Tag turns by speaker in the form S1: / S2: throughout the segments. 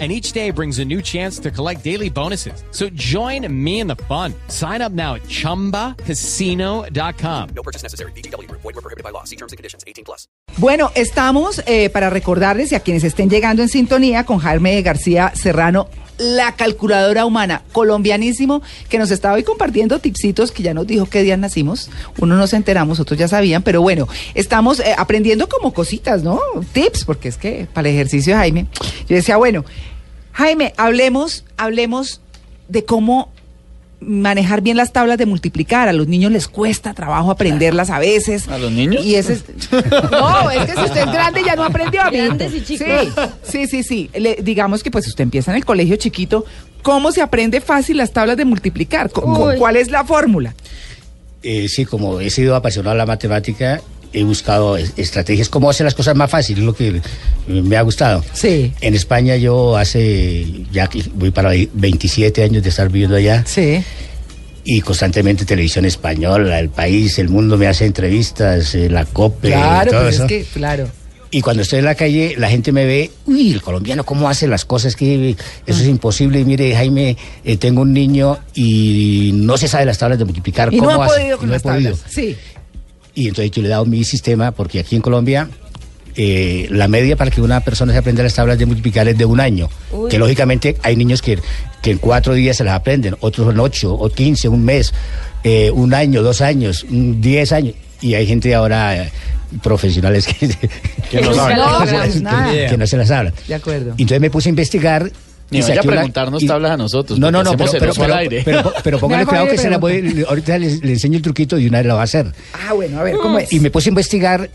S1: and each day brings a new chance to collect daily bonuses. So join me in the fun. Sign up now at ChumbaCasino.com.
S2: No purchase necessary. BGW. Void were prohibited by law. See terms and conditions. 18 plus.
S3: Bueno, estamos eh, para recordarles y a quienes estén llegando en sintonía con Jaime García Serrano, la calculadora humana, colombianísimo, que nos está hoy compartiendo tipsitos que ya nos dijo qué día nacimos. Uno nos enteramos, otros ya sabían, pero bueno, estamos eh, aprendiendo como cositas, ¿no? Tips, porque es que para el ejercicio, Jaime, yo decía, bueno, Jaime, hablemos, hablemos de cómo manejar bien las tablas de multiplicar. A los niños les cuesta trabajo aprenderlas a veces.
S4: ¿A los niños?
S3: Y ese es- No, es que si usted es grande ya no aprendió a
S5: Grandes y chicos.
S3: Sí, sí, sí. sí. Le- digamos que pues usted empieza en el colegio chiquito. ¿Cómo se aprende fácil las tablas de multiplicar? Co- co-
S5: Uy.
S3: ¿Cuál es la fórmula?
S6: Eh, sí, como he sido apasionado a la matemática, he buscado es- estrategias, cómo hacer las cosas más fáciles, es lo que eh, me ha gustado.
S3: Sí.
S6: En España yo hace, ya que voy para ahí 27 años de estar viviendo allá,
S3: Sí.
S6: y constantemente televisión española, el país, el mundo me hace entrevistas, eh, la COPE,
S3: Claro,
S6: todo
S3: pues es
S6: eso.
S3: que, claro.
S6: Y cuando estoy en la calle, la gente me ve, uy, el colombiano, ¿cómo hace las cosas? Que eso es imposible. Y mire, Jaime, eh, tengo un niño y no se sabe las tablas de multiplicar.
S3: Y no
S6: ¿Cómo
S3: ha
S6: hace?
S3: podido
S6: Y
S3: con
S6: no he
S3: las
S6: podido.
S3: tablas. Sí.
S6: Y entonces yo le he dado mi sistema, porque aquí en Colombia eh, la media para que una persona se aprenda las tablas de multiplicar es de un año.
S5: Uy.
S6: Que lógicamente hay niños que, que en cuatro días se las aprenden, otros en ocho, o quince, un mes, eh, un año, dos años, mm, diez años. Y hay gente ahora, eh, profesionales que, que
S5: no saben.
S6: que
S5: No,
S6: se-
S3: pues nada.
S6: que- que no se las hablan.
S3: De acuerdo.
S6: Y entonces me puse a investigar.
S4: Ni vaya
S6: saqué
S4: a preguntarnos tablas a nosotros,
S6: No, no,
S4: porque
S6: no, pero,
S4: hacemos
S6: pero,
S4: celoso al
S6: pero,
S4: aire.
S6: pero- pero póngale
S3: Mejor
S6: cuidado
S3: le
S6: que se la voy- ahorita le, le enseño el truquito y una vez la va a hacer.
S3: Ah, bueno, a ver, ¿cómo es?
S6: Y me puse a investigar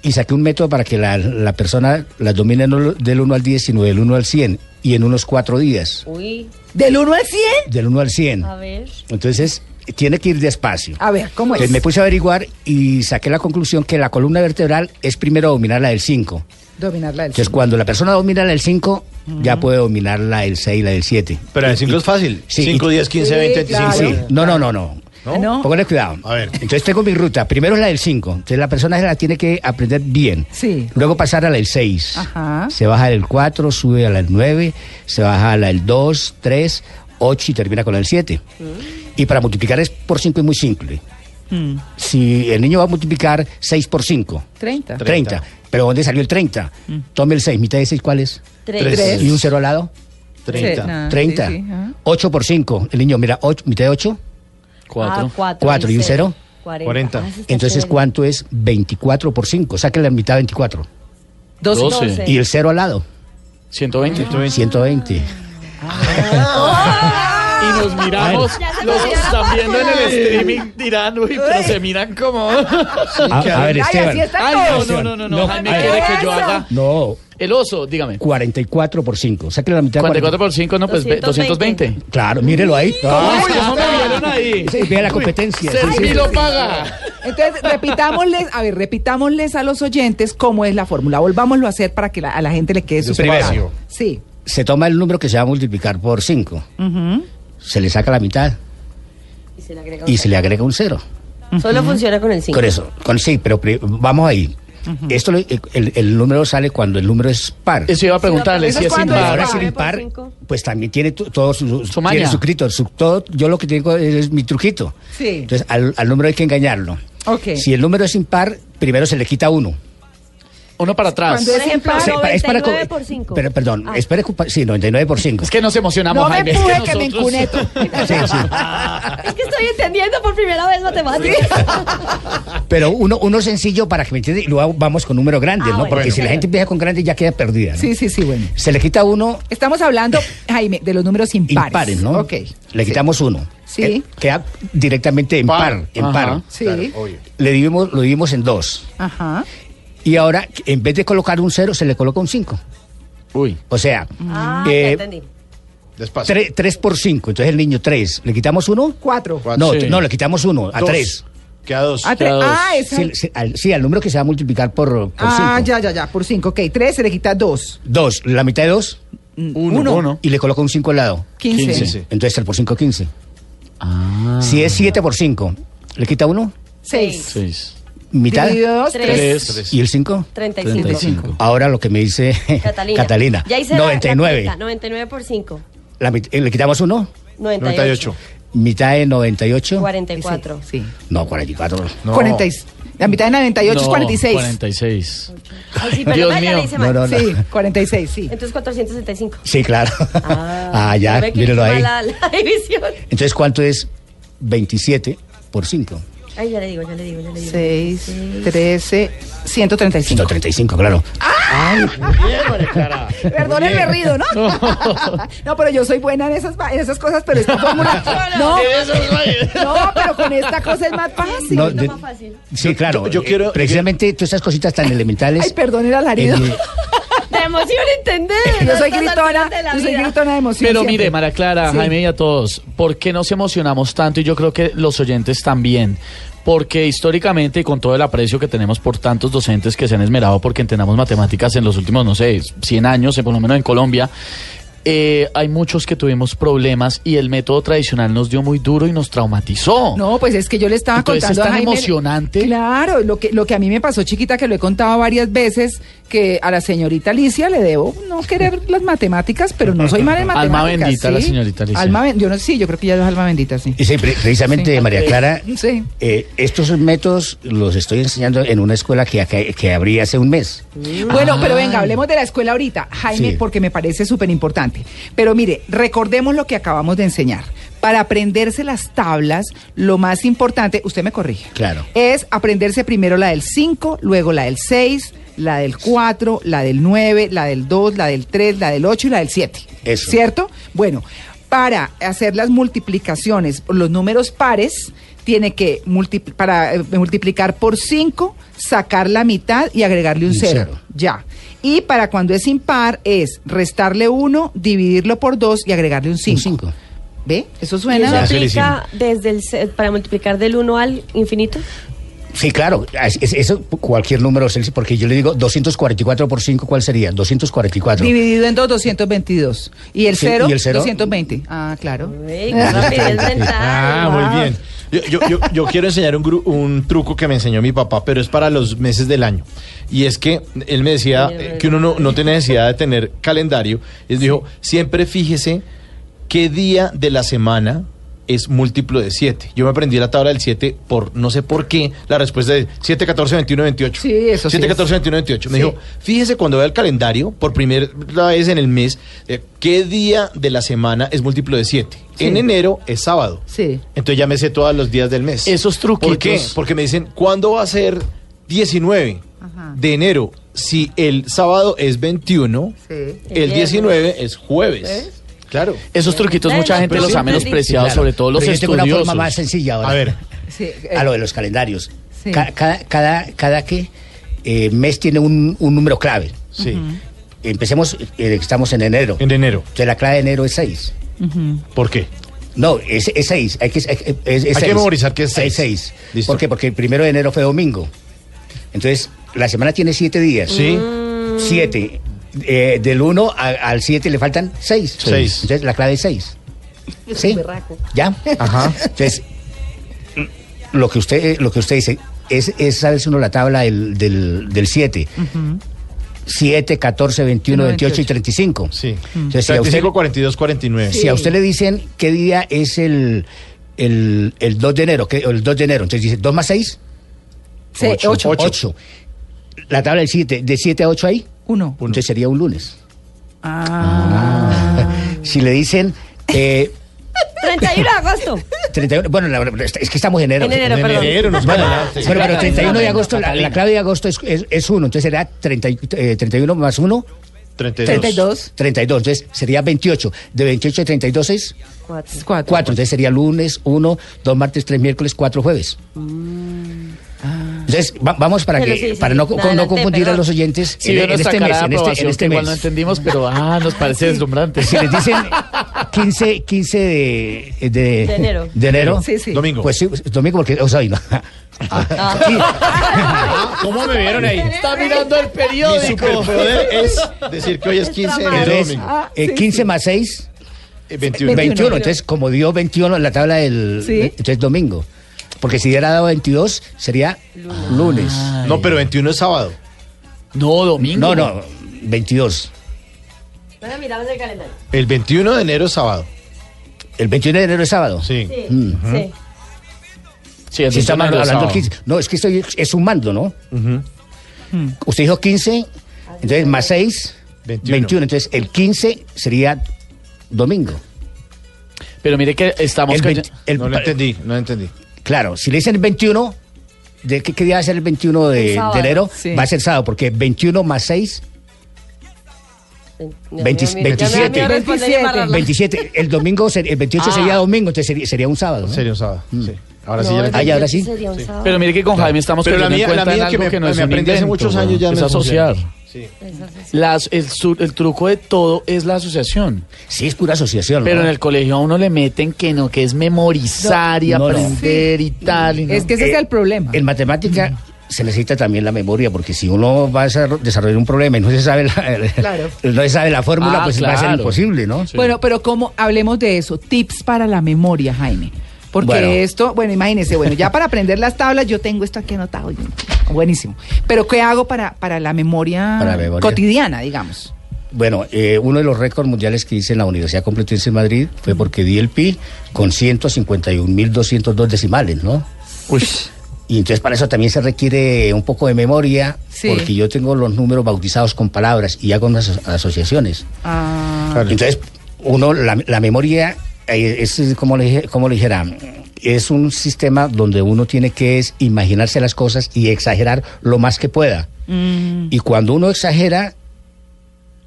S6: y saqué un método para que la, la persona las domine no del 1 al 10, sino del 1 al 100 y en unos cuatro días,
S5: Uy,
S3: ¿Del 1 al 100?
S6: del 1 al 100.
S5: a ver.
S6: Entonces, tiene que ir despacio.
S3: A ver, ¿cómo es?
S6: Entonces me puse a averiguar y saqué la conclusión que la columna vertebral es primero dominar la del 5.
S3: Dominar la del
S6: Entonces, cuando la persona domina la del 5, ya puede dominar la del 6 y la del 7.
S7: Pero el 5 es fácil.
S6: Sí,
S7: 5,
S6: y-
S7: 10, 15,
S3: Sí,
S7: 20,
S3: claro.
S7: 25.
S6: Sí, no, no, no, no.
S3: ¿No? ¿No?
S6: Póngale cuidado.
S7: A ver.
S6: Entonces tengo mi ruta. Primero es la del 5. Entonces la persona se la tiene que aprender bien.
S3: Sí.
S6: Luego pasar a la del 6.
S3: Ajá.
S6: Se baja del 4, sube a la del 9, se baja a la del 2, 3, 8 y termina con la del 7. Y para multiplicar es por 5 es muy simple.
S3: Mm.
S6: Si el niño va a multiplicar 6 por 5,
S3: 30.
S6: 30. Pero ¿dónde salió el 30? Tome el 6. ¿Mitad de 6 cuál es?
S5: Tres.
S7: Tres.
S6: ¿Y un cero al lado?
S7: 30.
S3: Sí, nada. Ah,
S6: 30.
S3: sí, sí, ajá.
S6: 8 por 5. El niño, mira, ocho- mitad de 8.
S5: Ah,
S4: Cuatro.
S5: cuatro.
S6: Cuatro, ¿y un cero?
S5: Cuarenta.
S7: Cuarenta.
S5: Ah, sí está
S6: Entonces,
S5: chévere.
S6: ¿cuánto es 24 por 5? Saque la mitad 24.
S3: Dos.
S4: Doce.
S5: Doce.
S6: Y el cero al lado,
S4: 120.
S6: 120.
S4: Y nos miramos.
S5: Ya se me
S4: Los que
S5: olvidó la
S4: están viendo en el
S5: fórmula.
S4: streaming dirán, uy, pero se miran como.
S6: A, a ver,
S3: Ay,
S6: Esteban.
S3: así está
S4: Ay,
S3: todo.
S4: no, no, no, no,
S6: No,
S4: no. Jaime
S6: ay.
S4: quiere que yo
S3: Eso.
S4: haga.
S6: No,
S4: El oso, dígame.
S6: 44 por 5. Saque la mitad
S4: 44 por 5, no, pues ve-
S5: 220.
S4: 220.
S6: Claro, mírelo ahí. Ah.
S4: Uy, eso me vieron ahí.
S6: Sí, vea la competencia. sí, sí.
S4: Servi lo paga.
S3: Entonces, repitámosles, a ver, repitámosles a los oyentes cómo es la fórmula. Volvámoslo a hacer para que la- a la gente le quede su
S7: Primero.
S3: Sí.
S6: Se toma el número que se va a multiplicar por 5. Se le saca la mitad
S5: Y se le agrega un
S6: y se le agrega un cero.
S5: cero. Solo funciona con el cinco.
S6: Con eso, con sí, pero pri- vamos ahí. Esto lo- el, el número sale cuando el número es par.
S4: Eso iba a preguntarle
S3: ¿Eso
S4: si es
S3: cuándo
S6: Pero
S3: es?
S4: impar.
S6: ahora
S3: par.
S6: sin impar,
S5: Cinco.
S6: pues también tiene tu- todo su,
S4: Su
S6: tiene
S4: maña.
S6: su crito, su- todo, yo lo que tengo es mi truquito.
S3: Sí.
S6: Entonces, al, al número hay que engañarlo.
S3: Ok.
S6: Si el número es impar, primero se le quita uno.
S4: Uno para atrás.
S3: Cuando
S5: Por
S3: es
S5: ejemplo,
S3: impar.
S6: Se- pa- es para co-
S5: 99 por cinco.
S6: Pero, perdón,
S5: Ah.
S6: es para ocupa- sí, 99 por 5.
S4: Es que nos emocionamos,
S3: No me
S4: Jaime.
S3: empuje
S4: es
S3: que me
S4: nosotros-
S3: encuneto.
S6: Sí, sí.
S5: Es que estoy entendiendo por primera vez matemáticas.
S6: Pero uno, uno sencillo para que me entiendan y luego vamos con números grandes,
S5: Ah,
S6: ¿no?
S5: bueno.
S6: Porque si la
S5: Bueno.
S6: gente empieza con grandes ya queda perdida. ¿no?
S3: Sí, sí, sí, bueno.
S6: Se le quita uno
S3: Estamos hablando, Jaime, de los números impares.
S6: impares, ¿no?
S3: Ok.
S6: Le quitamos uno.
S3: Sí.
S6: Eh, Queda directamente impar,
S4: Par.
S6: impar.
S4: Ajá.
S3: Sí.
S6: Le dividimos, lo dividimos en dos.
S3: Ajá.
S6: Y ahora, en vez de colocar un cero, se le coloca un 5.
S4: Uy.
S6: O sea,
S5: Ah, ya
S6: eh,
S5: entendí.
S7: Despacio.
S6: 3, por 5. Entonces el niño 3. ¿Le quitamos uno?
S3: Cuatro.
S6: No,
S4: Sí.
S6: no, le quitamos uno a
S7: Dos.
S6: 3.
S7: Que a dos.
S3: Ah, tres. Ah, es
S6: Sí,
S3: al-
S6: sí, al, sí, al número que se va a multiplicar por, por
S3: ah,
S6: cinco.
S3: ya, ya, ya, por 5. Ok, 3 se le quita 2.
S6: Dos, la mitad de dos,
S7: Uno. Uno.
S6: y le coloco un 5 al lado.
S3: 15.
S7: Quince.
S6: Entonces 3 por 5, 15. Si es 7 por 5, le quita uno,
S3: 6.
S4: Seis.
S6: mitad,
S3: Dividido 2,
S5: Tres.
S3: 3.
S7: Tres.
S6: y el 5.
S5: 35.
S6: Ahora lo que me dice
S5: Catalina.
S6: Catalina.
S5: Ya hice la-
S6: 99.
S5: La, cuenta, 99 por 5.
S6: La mit- eh, le quitamos uno,
S5: 98.
S7: 98.
S6: mitad de 98.
S5: 44.
S3: Sí.
S6: No, 44.
S7: No.
S3: 46. La mitad de 98 es 46.
S4: 46.
S5: Ay, sí, pero
S4: Dios
S5: no, ya
S4: mío.
S5: le hice mal.
S6: No, no,
S3: Sí, 46, sí.
S5: Entonces 475.
S6: Sí, claro. Ah, ya,
S5: ve que
S6: míralo
S5: hice
S6: ahí.
S5: mal La, la división.
S6: Entonces, ¿cuánto es 27 por 5?
S5: Ay, ya le digo, ya le digo, ya le digo.
S3: 6, 13, 135.
S6: 135, claro. Ah,
S3: Perdónenme rido, ¿no? no, pero yo soy buena en esas, va- en esas cosas, pero esta fórmula. No, no, pero con esta cosa es más fácil.
S5: Lo
S6: No, de-
S5: más fácil.
S6: Sí, claro.
S7: yo- yo
S6: eh,
S7: quiero-
S6: Precisamente todas esas cositas tan elementales.
S3: Ay, perdón el alarido.
S6: en, eh,
S5: De emoción entender.
S3: Yo soy
S5: estas
S3: gritona,
S5: alturas de la
S3: yo soy
S5: vida.
S3: gritona de emoción.
S4: Pero
S3: siempre.
S4: mire, María Clara,
S3: Sí.
S4: Jaime y a todos, ¿por qué nos emocionamos tanto? Y yo creo que los oyentes también. Porque históricamente, y con todo el aprecio que tenemos por tantos docentes que se han esmerado porque entendamos matemáticas en los últimos, no sé, 100 años, eh, por lo menos en Colombia, eh, hay muchos que tuvimos problemas y el método tradicional nos dio muy duro y nos traumatizó.
S3: No, pues es que yo le estaba
S4: Entonces,
S3: contando
S4: es
S3: a
S4: tan
S3: Jaime-
S4: emocionante.
S3: Claro, lo que, lo que a mí me pasó chiquita, que lo he contado varias veces, que a la señorita Alicia le debo no querer las matemáticas, pero no soy mala en
S4: Alma
S3: matemáticas.
S4: bendita
S3: ¿sí?
S4: la señorita Alicia.
S3: Alma ben- yo no sí, yo creo que ya es alma bendita, sí.
S6: y sí, pre- precisamente,
S3: Sí.
S6: María Clara,
S3: Sí.
S6: eh, estos métodos los estoy enseñando en una escuela que, acá- que abrí hace un mes.
S3: Bueno, pero venga, hablemos de la escuela ahorita, Jaime,
S6: Sí.
S3: porque me parece súper importante. Pero mire, recordemos lo que acabamos de enseñar. Para aprenderse las tablas, lo más importante, usted me corrige.
S6: Claro.
S3: Es aprenderse primero la del 5, luego la del 6, la del 4, la del 9, la del 2, la del 3, la del 8 y la del 7.
S6: Eso.
S3: ¿Cierto? Bueno, para hacer las multiplicaciones, los números pares, tiene que multipl- para eh, multiplicar por 5, sacar la mitad y agregarle un
S6: Un
S3: cero.
S6: cero.
S3: Ya. Y para cuando es impar es restarle 1, dividirlo por 2 y agregarle un 5.
S6: cinco.
S3: ¿Ve? Eso
S5: ¿Y eso
S3: suena.
S7: se le
S5: aplica desde el, ce- para multiplicar del 1 al infinito?
S6: Sí, claro. es- es- Eso, cualquier número, Celsi, porque yo le digo 244 por 5, ¿cuál sería? 244.
S3: Dividido en 2, 222. Y el
S6: Sí,
S3: 0,
S6: y el cero.
S3: 220. Ah, claro.
S5: Ey, qué rapidez mental.
S7: Ah, muy bien. Yo, yo- yo- yo quiero enseñar un, gru- un truco que me enseñó mi papá, pero es para los meses del año. Y es que él me decía eh, que uno no, no tiene necesidad de tener calendario. Él dijo, siempre fíjese qué día de la semana es múltiplo de 7. Yo me aprendí la tabla del 7 por no sé por qué la respuesta es 7, 14, 21, 28.
S3: Sí, eso sí
S7: 7,
S3: es.
S7: 14, 21, 28. Me
S3: Sí.
S7: dijo, fíjese cuando vea el calendario, por primera vez en el mes, eh, qué día de la semana es múltiplo de 7.
S3: Sí.
S7: En enero es sábado.
S3: Sí.
S7: Entonces ya me sé todos los días del mes.
S4: Esos truquitos.
S7: ¿Por qué? Porque me dicen, ¿cuándo va a ser 19
S3: Ajá.
S7: de enero? Si el sábado es 21,
S3: Sí.
S7: el
S5: Viernes.
S7: 19 es jueves. Claro.
S4: Esos truquitos
S5: Bueno,
S4: mucha gente
S5: pero
S4: los ha
S5: siempre-
S4: menospreciado,
S6: Claro,
S4: sobre todo los
S6: pero yo tengo una
S4: estudiosos.
S6: forma más sencilla ahora.
S7: A ver.
S3: Sí, eh,
S6: a lo de los calendarios.
S3: Sí.
S6: Ca- Cada, cada, cada que eh, mes tiene un, un número clave.
S7: Sí.
S6: Empecemos, eh, estamos en enero.
S7: En enero.
S6: Entonces la clave de enero es 6.
S7: ¿Por qué?
S6: No, es 6. Hay que, hay, que- es- es
S7: Hay que
S6: seis.
S7: memorizar que es seis.
S6: seis.
S7: Listo.
S6: ¿Por qué? Porque el primero de enero fue domingo. Entonces, la semana tiene 7 días.
S7: Sí.
S6: 7. Eh, del 1 al 7 le faltan 6.
S7: Seis.
S6: Entonces la clave es 6. Sí. ¿Ya?
S7: Ajá.
S6: Entonces, lo que usted, lo que usted dice es, es saberse uno la tabla del 7. Del, del 7, 7, 14, 21, 28 y 35.
S7: Sí.
S6: Entonces, si a, usted,
S7: 35, 42, 49.
S6: si a usted le dicen qué día es el, el, el 2 de enero, que, o el 2 de enero, entonces dice 2 más 6,
S3: sí, ocho.
S6: 8. La tabla del 7, de 7 a 8 ahí,
S3: Uno.
S6: entonces sería un lunes.
S3: Ah.
S6: Si le dicen... Eh,
S5: 31 de agosto.
S6: 31, bueno, la- la- es que estamos en enero.
S5: En enero, perdón.
S7: enero nos van
S4: Ah,
S7: adelante.
S6: Bueno, pero 31 de
S7: Catalina.
S6: agosto, la, la clave de agosto es, es, 1, entonces será 30, y- eh, 31 más 1,
S7: 32.
S6: 32, entonces sería 28. De 28 a 32 es
S5: Cuatro.
S3: Cuatro.
S6: 4, entonces sería lunes 1, 2 martes, 3 miércoles, 4 jueves. Entonces, va- vamos para
S5: Mm. Pero
S6: que
S5: sí, sí,
S6: para no,
S5: sí.
S6: co-
S5: Adelante,
S6: no confundir
S5: perdón.
S6: a los oyentes
S4: Sí,
S6: en,
S4: veo
S6: en
S4: nuestra
S6: este
S4: cara
S6: mes,
S4: de
S6: en este, en
S4: aprobación,
S6: este
S4: que
S6: mes.
S4: igual no entendimos, pero ah, nos parece deslumbrante.
S6: Si les dicen 15, 15 de, de,
S5: De enero.
S6: de enero,
S3: Sí, sí.
S7: Domingo.
S6: pues sí, domingo porque o sea, hoy no.
S4: ¿Cómo me vieron ahí? Está mirando el
S7: Mi
S4: periódico. Ah,
S7: superpoder es decir que hoy es 15 de enero,
S6: Entonces,
S7: domingo.
S6: eh, 15 más 6,
S7: Eh, 21.
S6: 21. Entonces, como dio 21 en la tabla del. eh,
S3: Sí.
S6: Entonces, domingo. Porque si hubiera dado 22, sería lunes.
S7: No, pero 21 es sábado.
S4: No,
S6: No,
S4: domingo.
S6: no, 22.
S5: Bueno, miramos el calendario.
S7: El 21 de enero es sábado.
S6: El 21 de enero es sábado.
S7: Sí.
S5: Sí, sí.
S4: Sí, entonces
S6: Si estamos
S4: no,
S6: hablando, hablando
S4: no,
S6: del
S4: sábado.
S6: 15. No, es que estoy es sumando, ¿no? Mm. Usted dijo 15, entonces más 6,
S7: 21.
S6: 21. Entonces, el 15 sería domingo.
S4: Pero mire que estamos
S6: El
S4: cayendo-
S6: 20 el-
S7: no lo entendí, no lo entendí.
S6: Claro, si le dicen el 21, ¿de qué, qué día va a ser el 21 de,
S5: El sábado,
S6: de enero?
S3: sí.
S6: Va a ser sábado, porque 21 más 6,
S5: Ya me
S6: Veinti-
S5: da miedo
S6: veintisiete.
S5: responder y amarrarla.
S6: 27. el domingo, ser- el
S5: Ah.
S6: 28 sería domingo, entonces sería, sería un sábado. ¿no?
S7: Serio sábado. Sí. Ahora sí
S5: No,
S7: Mm. ya le
S5: el
S6: Ah, ya, ahora sí.
S5: 27 sería un sábado.
S4: Pero mire que con Jaime estamos
S7: Pero la
S4: cayendo
S7: mía,
S4: en
S7: la
S4: cuenta en
S7: mía que
S4: algo
S7: me,
S4: que, no es
S7: me
S4: un
S7: aprendí hace
S4: invento,
S7: muchos
S4: ¿no?
S7: años ya
S4: es
S7: me funciona.
S4: asociar.
S7: Sí.
S4: Las, el, su- el truco de todo es la asociación.
S6: Sí, es pura asociación.
S4: Pero
S6: ¿no?
S4: en el colegio a uno le meten que no, que es memorizar y
S6: No, no, no.
S4: aprender y tal. y no.
S3: Es que ese es
S6: Eh,
S3: el problema.
S6: En matemática se necesita también la memoria, porque si uno va a desarro- desarrollar un problema y no se sabe la,
S3: Claro.
S6: no se sabe la fórmula,
S4: Ah,
S6: pues va a ser
S4: claro.
S6: imposible, ¿no?
S4: Sí.
S3: Bueno, pero ¿cómo? Hablemos de eso. Tips para la memoria, Jaime. Porque
S6: Bueno.
S3: esto, bueno, imagínese, bueno, ya para aprender las tablas yo tengo esto aquí anotado. Buenísimo. Pero ¿qué hago para, para la memoria,
S6: Para la memoria.
S3: cotidiana, digamos?
S6: Bueno, eh, uno de los récords mundiales que hice en la Universidad Complutense de Madrid fue porque di el PIL con 151.202 decimales, ¿no?
S4: Uy,
S6: Y entonces para eso también se requiere un poco de memoria,
S3: Sí.
S6: porque yo tengo los números bautizados con palabras y hago unas aso- asociaciones.
S3: Ah,
S7: Claro.
S6: Entonces, uno, la, la memoria eh, es, eh, como le, dije- como le dijera, es un sistema donde uno tiene que es imaginarse las cosas y exagerar lo más que pueda.
S3: Mm,
S6: Y cuando uno exagera,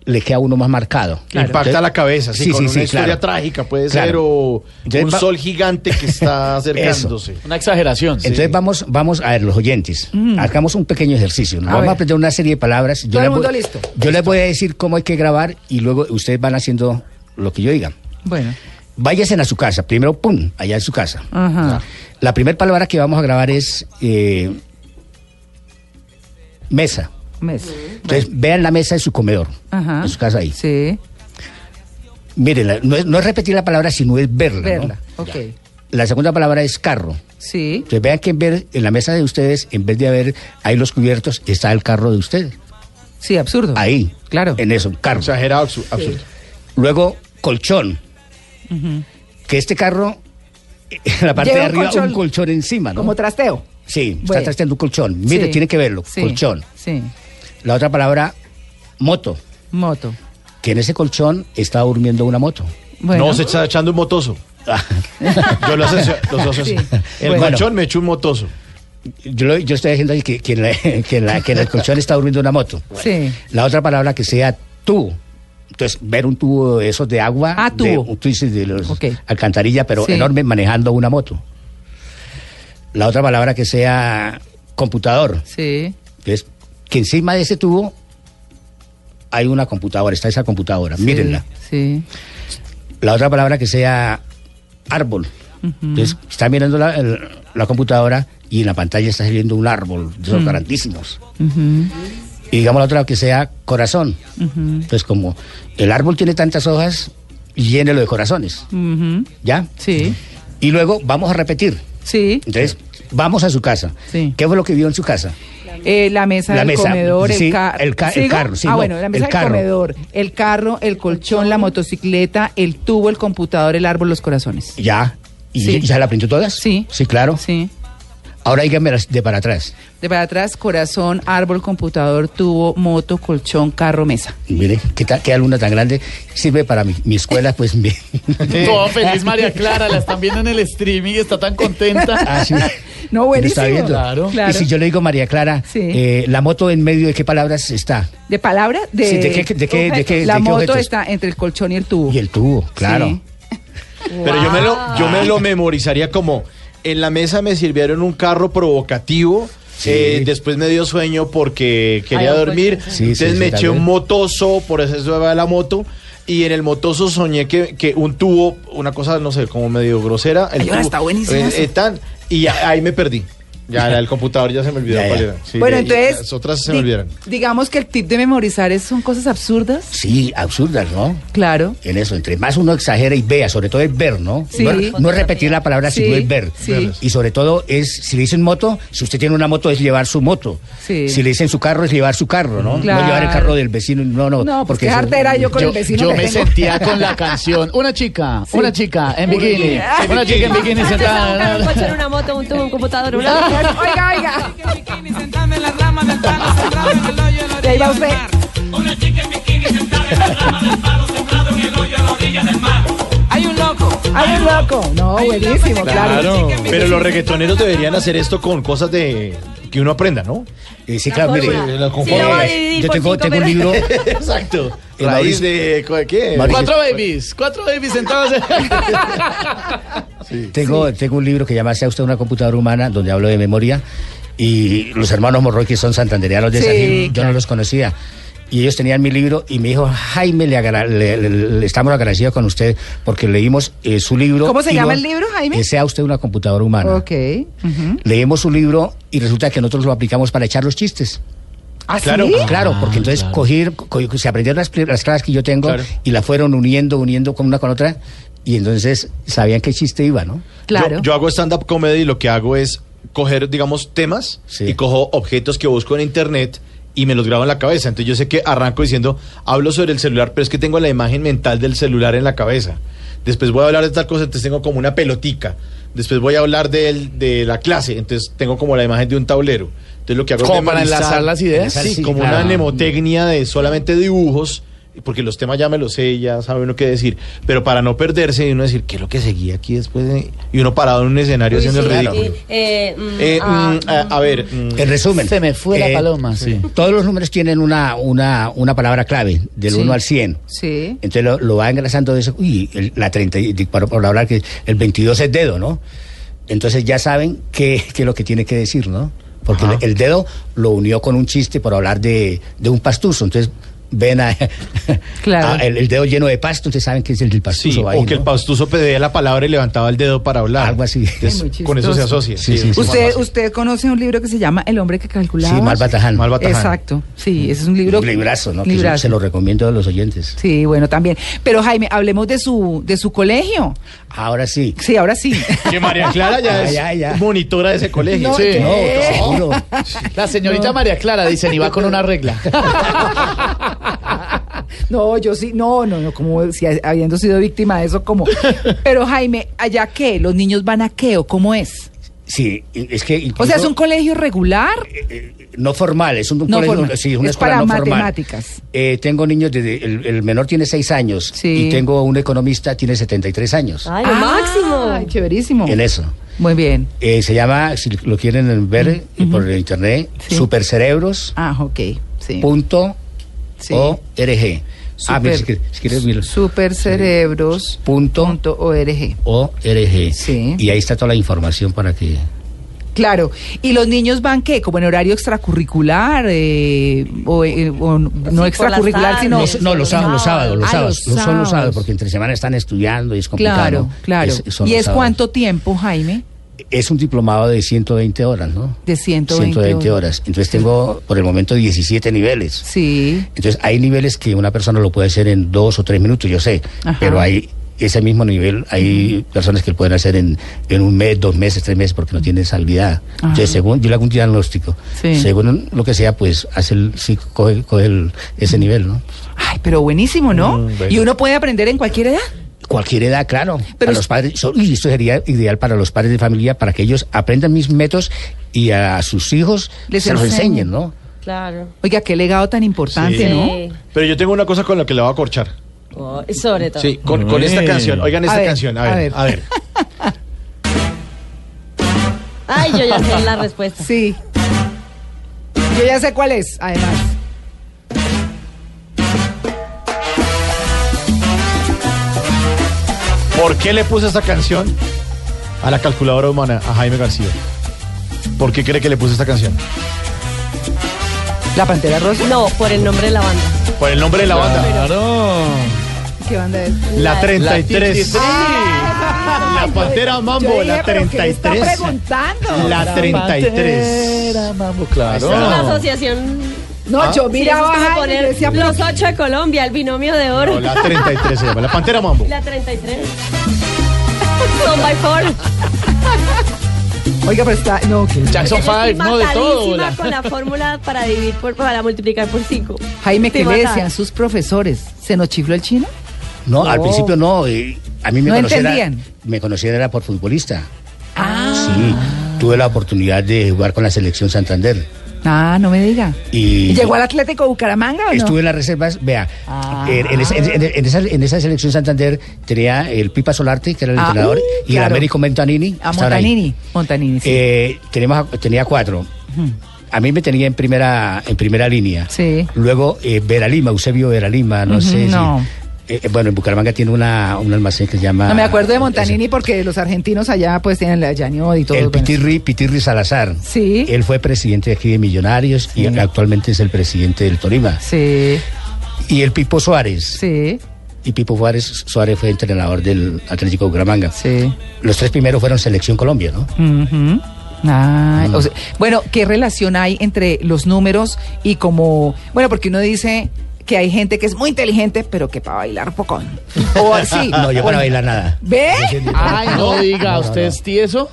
S6: le queda a uno más marcado.
S7: Impacta
S6: Entonces-
S7: la cabeza, sí,
S6: Sí,
S7: con
S6: sí,
S7: una
S6: sí,
S7: historia
S6: claro.
S7: trágica puede
S6: Claro.
S7: ser o
S6: Entonces
S7: un
S6: va-
S7: sol gigante que está acercándose.
S4: una exageración.
S6: Entonces vamos, vamos a ver los oyentes. Hagamos un pequeño ejercicio. ¿no?
S3: Mm. A
S6: vamos
S3: ver.
S6: a aprender una serie de palabras. Yo
S3: Todo el
S6: les
S3: mundo
S6: voy-
S3: listo.
S6: Yo les voy a decir cómo hay que grabar y luego ustedes van haciendo lo que yo diga.
S3: bueno.
S6: Váyanse a su casa. Primero, pum, allá en su casa.
S3: Ajá.
S6: La primera palabra que vamos a grabar es eh, mesa.
S3: Mes.
S6: Entonces, vean la mesa en su comedor,
S3: Ajá.
S6: en su casa ahí.
S3: Sí.
S6: Mírenla, no es, no es repetir la palabra, sino es verla. ¿no?
S3: Verla. Ok.
S6: La segunda palabra es carro.
S3: Sí.
S6: Entonces, vean que en, ver- en la mesa de ustedes, en vez de haber ahí los cubiertos, está el carro de ustedes.
S3: Sí, absurdo.
S6: Ahí.
S3: Claro.
S6: En eso, un carro.
S7: Exagerado, absu- absurdo.
S6: Luego, colchón. Que este carro, en la parte
S3: Lleva un
S6: de arriba,
S3: colchón.
S6: un colchón encima, ¿no?
S3: Como trasteo.
S6: sí,
S3: Bueno.
S6: está trasteando un colchón. Mire,
S3: Sí.
S6: tiene que verlo,
S3: Sí.
S6: colchón.
S3: Sí.
S6: La otra palabra, moto,
S3: Moto.
S6: que en ese colchón estaba durmiendo una moto.
S3: Bueno.
S7: No, se está echando un motoso. Yo lo asocio. los asocio.
S3: Sí.
S7: El
S6: Bueno.
S7: colchón me echó un motoso.
S6: Yo, lo- yo estoy diciendo ahí que, que en la- que en la- que en el colchón está durmiendo una moto.
S3: Sí.
S6: La otra palabra que sea tubo. Entonces, ver un tubo de esos de agua,
S3: Ah,
S6: de,
S3: tubo.
S6: un tubo de los
S3: Ok.
S6: alcantarilla, pero
S3: Sí.
S6: enorme, manejando una moto. La otra palabra que sea computador.
S3: Sí.
S6: Entonces, que encima de ese tubo hay una computadora, está esa computadora, mírenla.
S3: Sí.
S6: La otra palabra que sea árbol. Entonces, está mirando la, el- la computadora y en la pantalla está saliendo un árbol, de
S3: Mm.
S6: esos grandísimos. Y digamos la otra que sea corazón. Entonces, como el árbol tiene tantas hojas, llénelo de corazones.
S3: Ujú.
S6: ¿Ya?
S3: Sí.
S6: Y luego vamos a repetir.
S3: Sí.
S6: Entonces, vamos a su casa.
S3: Sí.
S6: ¿Qué fue lo que vio en su casa?
S3: Eh, la mesa
S6: La
S3: del
S6: mesa,
S3: comedor,
S6: sí,
S3: el, carro
S6: el ca- el carro, sí,
S3: ah,
S6: no,
S3: bueno, la mesa
S6: el
S3: del
S6: carro.
S3: comedor, el carro, el colchón, la motocicleta, el tubo, el computador, el árbol, los corazones.
S6: ¿Ya? ¿Y
S3: Sí.
S6: ya la aprendió todas?
S3: Sí.
S6: Sí, claro.
S3: Sí.
S6: Ahora díganme las de para atrás.
S3: De para atrás, corazón, árbol, computador, tubo, moto, colchón, carro, mesa.
S6: Mire, qué, ta- qué alumna tan grande. Sirve para mi, mi escuela, pues mi-
S4: Toda feliz María Clara, la están viendo en el streaming y está tan contenta.
S6: Ah, sí.
S3: No,
S6: Lo
S3: buenísimo.
S6: está viendo.
S4: Claro.
S3: Claro.
S6: Y si yo le digo María Clara,
S3: Sí.
S6: eh, la moto en medio de qué palabras está.
S3: De palabra, de,
S6: Sí, ¿de qué- de qué- de qué-
S3: La
S6: de qué
S3: moto
S6: objetos?
S3: está entre el colchón y el tubo.
S6: Y el tubo, claro.
S3: Sí.
S7: Pero yo me, lo, yo me lo memorizaría como: en la mesa me sirvieron un carro provocativo.
S6: Sí.
S7: eh, después me dio sueño porque quería
S5: Ay, no,
S7: dormir,
S5: pues,
S6: sí. Sí,
S7: entonces
S6: sí,
S7: me
S6: sí,
S7: eché un
S6: también.
S7: motoso, por eso va la moto, y en el motoso soñé que, que un tubo, una cosa, no sé, como medio grosera, el
S3: Ay, ahora
S7: tubo, eh,
S3: está buenísimo eso.
S7: tan- y ya- ahí me perdí. Ya era el computador ya se me olvidó
S6: Ya, ya.
S7: cuál era. Sí,
S3: bueno,
S7: ya- y
S3: entonces.
S7: Las otras se me
S3: di-
S7: olvidaron.
S3: Digamos que el tip de memorizar es, son cosas absurdas.
S6: Sí, absurdas, ¿no?
S3: Claro.
S6: En eso, entre más uno exagera y vea, sobre todo es ver, ¿no?
S3: Sí.
S6: No, no es repetir la palabra,
S3: Sí,
S6: sino es ver.
S3: sí.
S6: Y sobre todo es, si le dicen moto, si usted tiene una moto es llevar su moto.
S3: Sí.
S6: Si le dicen su carro es llevar su carro, ¿no?
S3: Claro.
S6: No llevar el carro del vecino, no, no.
S3: No, porque es
S6: eso-
S3: artera yo con
S4: Yo,
S3: el vecino.
S4: yo
S3: que
S4: me
S3: tengo.
S4: sentía con la canción. Una chica, una chica en bikini. Una chica
S5: Ah,
S4: en bikini
S5: Antes era un
S4: sentada.
S5: coche, era una moto, un tubo, un computador, una...
S3: oiga, oiga.
S8: chica en bikini sentada en las ramas del palo sembrado en el hoyo en la
S3: Y ahí va
S8: orilla del
S3: usted.
S8: mar. Una chica en bikini sentada en las ramas del palo sembrado en el hoyo en la orilla del mar. Hay un loco.
S3: Ay, un loco. No, buenísimo, claro.
S7: Claro, pero los reggaetoneros deberían hacer esto con cosas de que uno aprenda, ¿no?
S6: Eh, sí, claro, mire.
S7: fórmula. La
S5: Sí, lo voy a dividir
S6: yo
S5: por
S6: tengo,
S5: cinco,
S6: tengo un
S5: pero-
S6: libro.
S7: Exacto.
S6: Eh, Mauricio-
S7: Raíz de ¿cu- qué?
S6: Mauricio-
S4: Cuatro babies, cuatro babies sentadas.
S6: Tengo, tengo un libro que llama Sea usted una computadora humana, donde hablo de memoria. Y los hermanos Morroy, que son santandereanos de
S3: Sí,
S6: San Gil, yo
S3: claro.
S6: no los conocía. Y ellos tenían mi libro y me dijo, Jaime, le, agra- le- le- le estamos agradecidos con usted porque leímos eh, su libro.
S3: ¿Cómo se
S6: y
S3: llama
S6: no-
S3: el libro, Jaime?
S6: eh, sea usted una computadora humana.
S3: Ok. ujú.
S6: Leemos su libro y resulta que nosotros lo aplicamos para echar los chistes.
S3: ¿Ah,
S7: Claro.
S3: sí?
S6: Claro,
S4: Ah,
S6: porque entonces
S4: claro.
S6: cogí- co- se aprendieron las, pri- las clases que yo tengo
S7: Claro.
S6: y la fueron uniendo, uniendo con una con otra y entonces sabían qué chiste iba, ¿no?
S3: Claro.
S7: Yo, yo hago stand-up comedy y lo que hago es coger, digamos, temas
S6: Sí.
S7: y cojo objetos que busco en internet y me los grabo en la cabeza. Entonces yo sé que arranco diciendo, hablo sobre el celular, pero es que tengo la imagen mental del celular en la cabeza. Después voy a hablar de tal cosa, entonces tengo como una pelotica. Después voy a hablar del- de, la clase, entonces tengo como la imagen de un tablero. Entonces lo que hago
S4: Como para enlazar las ideas.
S7: Sí,
S6: Sí,
S7: como
S6: claro.
S7: una mnemotecnia de solamente dibujos, porque los temas ya me los sé, ya sabe uno qué decir. Pero para no perderse y uno decir, ¿qué es lo que seguía aquí después? de-?" Y uno parado en un
S5: Uy,
S7: escenario haciendo
S5: sí,
S7: el ridículo.
S5: sí. Eh, mm,
S7: Eh,
S5: ah,
S7: mm, a, a ver, mm,
S6: En resumen. eh,
S4: Se me fue la paloma, sí.
S6: Todos los números tienen una, una, una palabra clave, del
S3: Sí.
S6: 1 al 100.
S3: Sí.
S6: Entonces lo, lo va engrasando de eso. Uy, el- la 30, y- di- por, por hablar que el 22 es dedo, ¿no? Entonces ya saben qué, qué es lo que tiene que decir, ¿no? Porque
S7: Ajá.
S6: el, el dedo lo unió con un chiste por hablar de, de un pastuso. Entonces ven a,
S3: Claro.
S6: a el, el dedo lleno de pasto, entonces saben que es el del pastuso.
S7: sí,
S6: ahí,
S7: o que el
S6: ¿no?
S7: pastuso pedía la palabra y levantaba el dedo para hablar.
S6: Algo así.
S7: Entonces,
S3: Ay, muy
S7: con eso se
S3: chistoso.
S7: asocia.
S6: Sí, sí,
S7: es
S6: sí.
S7: más
S3: ¿Usted,
S7: fácil.
S3: usted conoce un libro que se llama El hombre que calculaba.
S6: Sí, Malbataján.
S7: Malva Taján.
S3: Exacto. Sí, ese es un libro.
S6: Un librazo, ¿no? Que
S3: Librazo.
S6: se lo recomiendo a los oyentes.
S3: Sí, bueno, también. Pero Jaime, hablemos de su, de su colegio.
S6: Ahora sí.
S3: Sí, ahora sí.
S7: Que María Clara ya
S6: Ah,
S7: es
S6: ya, ya.
S7: monitora de ese colegio.
S4: No, Sí.
S6: No, seguro.
S4: La señorita María Clara dice, y va con una regla.
S3: No, yo sí, no, no, no, como si ha- habiendo sido víctima de eso, como. Pero Jaime, ¿allá qué? ¿Los niños van a qué o cómo es?
S6: Sí, y- es que.
S3: O sea, ¿es
S6: incluso,
S3: un colegio regular?
S6: eh, eh, No formal, es un, un
S3: No
S6: colegio-
S3: formal.
S6: sí, una
S3: Es
S6: escuela
S3: para
S6: no formal.
S3: matemáticas.
S6: Eh, tengo niños, desde, el, el menor tiene seis años
S3: Sí. Ah.
S6: y tengo un economista, tiene 73 años
S5: Ay, lo
S3: Ay,
S5: máximo.
S3: chéverísimo.
S6: Ah, en eso.
S3: Muy bien.
S6: Eh, se llama, si lo quieren ver eh, por internet,
S3: Sí.
S6: supercerebros.org.
S3: Ah, ok. Sí. sí.
S6: Ah, mira,
S3: Super-
S6: si quieres, si quieres, míralo.
S3: Supercerebros
S6: Punto
S3: punto org.
S6: ORG.
S3: Sí.
S6: Y ahí está toda la información para que.
S3: Claro. ¿Y los niños van qué? ¿Como en horario extracurricular? eh, o, eh, o no
S5: las
S3: extracurricular,
S5: tardes.
S3: sino.
S6: Los- no, los, sábados, los sábados, los
S3: Ah,
S6: sábados.
S3: los
S6: No son los
S3: sábados.
S6: sábados, porque entre semana están estudiando y es complicado.
S3: Claro,
S6: ¿no?
S3: claro.
S6: Es- son
S3: ¿Y
S6: los
S3: es
S6: sábados.
S3: cuánto tiempo, Jaime?
S6: Es un diplomado de 120 horas, ¿no?
S3: De 120
S6: horas. Entonces tengo por el momento 17 niveles.
S3: Sí.
S6: Entonces hay niveles que una persona lo puede hacer en dos o tres minutos, yo sé,
S3: Ajá.
S6: pero hay ese mismo nivel, hay personas que lo pueden hacer en, en un mes, dos meses, tres meses, porque no tienen salvidad. Entonces, según, yo le hago un diagnóstico.
S3: Sí.
S6: Según lo que sea, pues hace el, sí, coge, coge el- ese nivel, ¿no?
S3: Ay, pero buenísimo, ¿no?
S7: Mm, bueno.
S3: Y uno puede aprender en cualquier edad.
S6: Cualquier edad, claro.
S3: Pero
S6: Pero
S3: es-
S6: los padres, so- y esto sería ideal para los padres de familia, para que ellos aprendan mis métodos y a sus hijos
S3: Les
S6: se los
S3: enseñen.
S6: enseñen, ¿no?
S5: Claro.
S3: Oiga, qué legado tan importante,
S7: Sí.
S3: ¿no?
S5: Sí.
S7: Pero yo tengo una cosa con la que la voy a corchar.
S5: Oh, y sobre todo.
S7: Sí, con, con esta
S4: Uy.
S7: canción. Oigan
S3: A
S7: esta
S3: ver,
S7: canción. A
S3: a
S7: ver,
S3: ver.
S7: a ver.
S5: Ay, yo ya sé la respuesta.
S3: Sí. Yo ya sé cuál es, además.
S7: ¿Por qué le puse esta canción a la calculadora humana, a Jaime García? ¿Por qué cree que le puse esta canción?
S3: ¿La Pantera Rosa?
S5: No, por el nombre de la banda.
S7: Por el nombre de la banda.
S4: Claro.
S3: ¿Qué banda es?
S7: La
S4: La
S7: 33.
S4: 33.
S7: La Pantera Mambo, la 33.
S3: está preguntando?
S7: La 33.
S4: Pantera, mambo,
S6: Ah.
S5: Es la
S4: claro.
S5: asociación.
S3: No,
S7: Ah.
S3: yo
S5: Sí,
S3: miraba
S5: eso es como
S3: a Jaime y
S5: poner
S3: decía, "Pues-".
S5: los ocho de Colombia, el binomio de oro.
S7: No, la 33 se llama. La Pantera Mambo.
S5: La 33. Son by four.
S3: Oiga, pero está... No, que...
S4: Jackson
S5: Yo estoy
S4: 5, no de todo.
S5: matadísima
S4: la-
S5: con la fórmula para dividir por, para multiplicar por cinco.
S3: Jaime, ¿qué
S5: Estoy
S3: le
S5: matada.
S3: decían sus profesores? ¿Se nos chifló el chino?
S6: No, al
S3: No.
S6: principio no. eh, a mí me
S3: Oh. No
S6: conocían era-
S3: entendían.
S6: Me conocían era por futbolista.
S3: Ah.
S6: Sí. Tuve la oportunidad de jugar con la selección Santander.
S3: Ah, no me diga.
S6: Y
S3: ¿Llegó al Atlético Bucaramanga o Ah, no?
S6: Estuve en las reservas, vea,
S3: Ah.
S6: en, en esa, en- en esa- en esa selección Santander tenía el Pipa Solarte, que era el
S3: Ah,
S6: entrenador,
S3: uh,
S6: y el
S3: claro.
S6: Américo Montanini.
S3: A
S6: estaban ahí.
S3: Montanini. Montanini, sí.
S6: Eh, tenemos a- tenía cuatro. A mí me tenía en primera, en primera línea.
S3: Sí.
S6: Luego eh, Vera Lima, Eusebio Vera Lima, no
S3: Ujú,
S6: sé si-
S3: no.
S6: eh, eh, bueno, en Bucaramanga tiene una, un almacén que se llama...
S3: no me acuerdo de Montanini porque los argentinos allá pues tienen la Yaniod y todo.
S6: El
S3: bueno.
S6: Pitirri, Pitirri Salazar.
S3: Sí.
S6: Él fue presidente aquí de Millonarios y actualmente es el presidente del Tolima.
S3: Sí,
S6: Y el Pipo Suárez.
S3: sí,
S6: Y Pipo Suárez, Suárez fue entrenador del Atlético Bucaramanga.
S3: sí.
S6: Los tres primeros fueron Selección Colombia, ¿no?
S3: Ujú. Ay,
S6: Mm.
S3: o sea, bueno, ¿qué relación hay entre los números y como, bueno, porque uno dice que hay gente que es muy inteligente, pero que para bailar pocón. O así.
S6: No, yo
S3: o-
S6: para bailar nada.
S3: ¿Ve?
S4: Ay, no diga, ¿usted es tieso?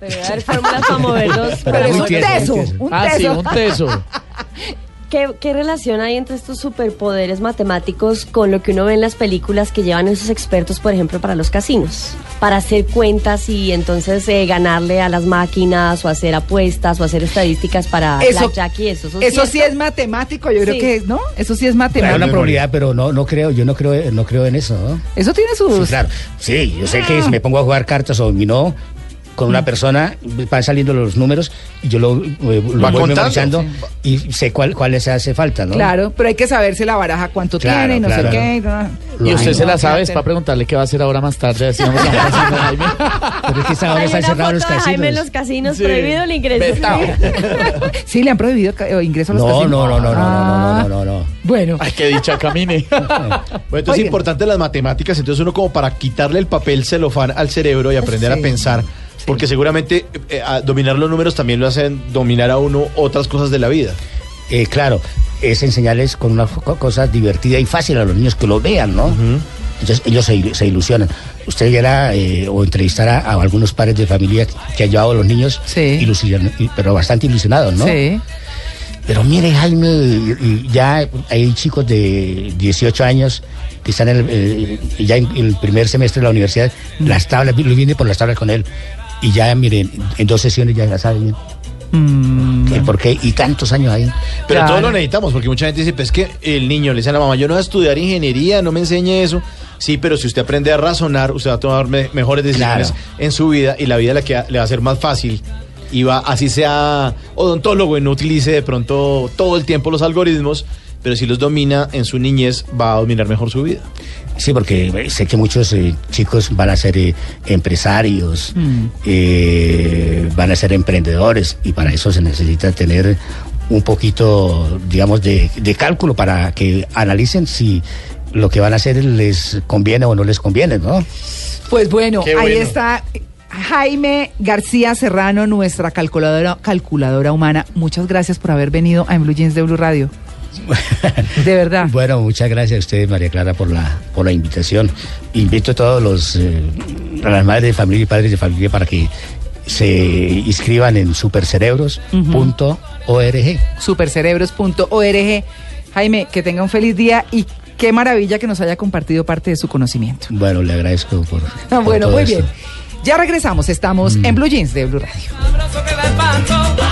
S5: Pero debe haber fórmulas para moverlos.
S6: Pero
S3: Pero
S5: para
S3: es
S6: muy
S3: un
S6: tieso, muy
S3: teso,
S6: tieso.
S3: un
S4: Ah, sí,
S3: teso.
S4: un teso.
S5: ¿Qué, ¿Qué relación hay entre estos superpoderes matemáticos con lo que uno ve en las películas que llevan esos expertos, por ejemplo, para los casinos? Para hacer cuentas y entonces eh, ganarle a las máquinas o hacer apuestas o hacer estadísticas para
S3: Eso,
S5: blackjack y eso.
S3: eso sí
S5: cierto?
S3: es matemático, yo creo
S5: Sí.
S3: que es, ¿no? Eso sí es
S6: Hay
S3: matemático.
S6: una probabilidad, pero no, no creo, yo no creo, no creo en eso, ¿no?
S3: Eso tiene sus...
S6: Sí, claro. Sí, yo sé que si me pongo a jugar cartas o dominó con una persona, van saliendo los números y yo lo, eh, lo
S7: Va
S6: voy
S7: contando.
S6: memorizando y sé cuál, cuál les hace falta, ¿no?
S3: Claro, pero hay que saberse la baraja cuánto
S6: Claro,
S3: tiene y no sé
S6: claro.
S3: qué. y no-
S6: Lo
S4: Y
S6: hay,
S4: usted
S6: ¿no?
S4: se la sabe, es
S3: Fíjate.
S4: para preguntarle qué va a hacer ahora más tarde. Así vamos a ver si no, Jaime.
S6: Pero es que esta hora
S5: Hay
S6: están
S5: una
S6: cerrados los
S5: foto de Jaime en los
S6: casinos.
S5: casinos,
S4: Sí.
S5: prohibido el ingreso.
S4: Vetao.
S3: Sí, le han prohibido ca- eh, ingreso a los
S6: No,
S3: casinos.
S6: no, no, no, no,
S3: Ah,
S6: no, no, no, no, no.
S3: Bueno,
S4: Ay, qué dicha, camine.
S7: Bueno, entonces
S3: Oigan.
S7: es importante las matemáticas, entonces uno como para quitarle el papel celofán al cerebro y aprender
S3: Sí.
S7: a pensar, porque seguramente eh, a dominar los números también lo hacen dominar a uno otras cosas de la vida.
S6: Eh, claro, es enseñarles con unas co- cosas divertidas y fáciles a los niños que lo vean, ¿no? Entonces ellos se, ilu- se ilusionan. Usted llegará eh, o entrevistará a algunos padres de familia que han llevado a los niños,
S3: Sí.
S6: ilusion- y- pero bastante ilusionados, ¿no?
S3: sí.
S6: Pero mire, Jaime, y- y ya hay chicos de 18 años que están en el, eh, ya en el primer semestre de la universidad, las tablas, lo viene por las tablas con él. Y ya, miren, en dos sesiones ya saben
S3: Mm,
S6: el por qué. Y tantos años ahí.
S7: Pero
S3: Claro.
S7: todos lo necesitamos, porque mucha gente dice, pues es que el niño le dice a la mamá, yo no voy a estudiar ingeniería, no me enseñe eso. Sí, pero si usted aprende a razonar, usted va a tomar me- mejores decisiones
S6: Claro.
S7: en su vida y la vida la que le va a ser más fácil. Y va, así sea odontólogo y no utilice de pronto todo el tiempo los algoritmos, pero si los domina en su niñez, va a dominar mejor su vida.
S6: Sí, porque eh, sé que muchos eh, chicos van a ser eh, empresarios, eh, van a ser emprendedores, y para eso se necesita tener un poquito, digamos, de, de cálculo para que analicen si lo que van a hacer les conviene o no les conviene, ¿no?
S3: Pues bueno,
S7: Qué
S3: ahí
S7: bueno.
S3: está eh, Jaime García Serrano, nuestra calculadora, calculadora humana. Muchas gracias por haber venido a En Blue Jeans de Blue Radio. De verdad.
S6: Bueno, muchas gracias a ustedes, María Clara, por la, por la invitación. Invito a todos los, eh, a las madres de familia y padres de familia para que se inscriban en supercerebros.org.
S3: Supercerebros.org. Jaime, que tenga un feliz día y qué maravilla que nos haya compartido parte de su conocimiento. Ah,
S6: Bueno, le agradezco por. por
S3: Bueno,
S6: todo
S3: muy
S6: esto. Mm.
S3: bien. Ya regresamos, estamos en Blue Jeans de Blue Radio.
S8: abrazo que da espanto.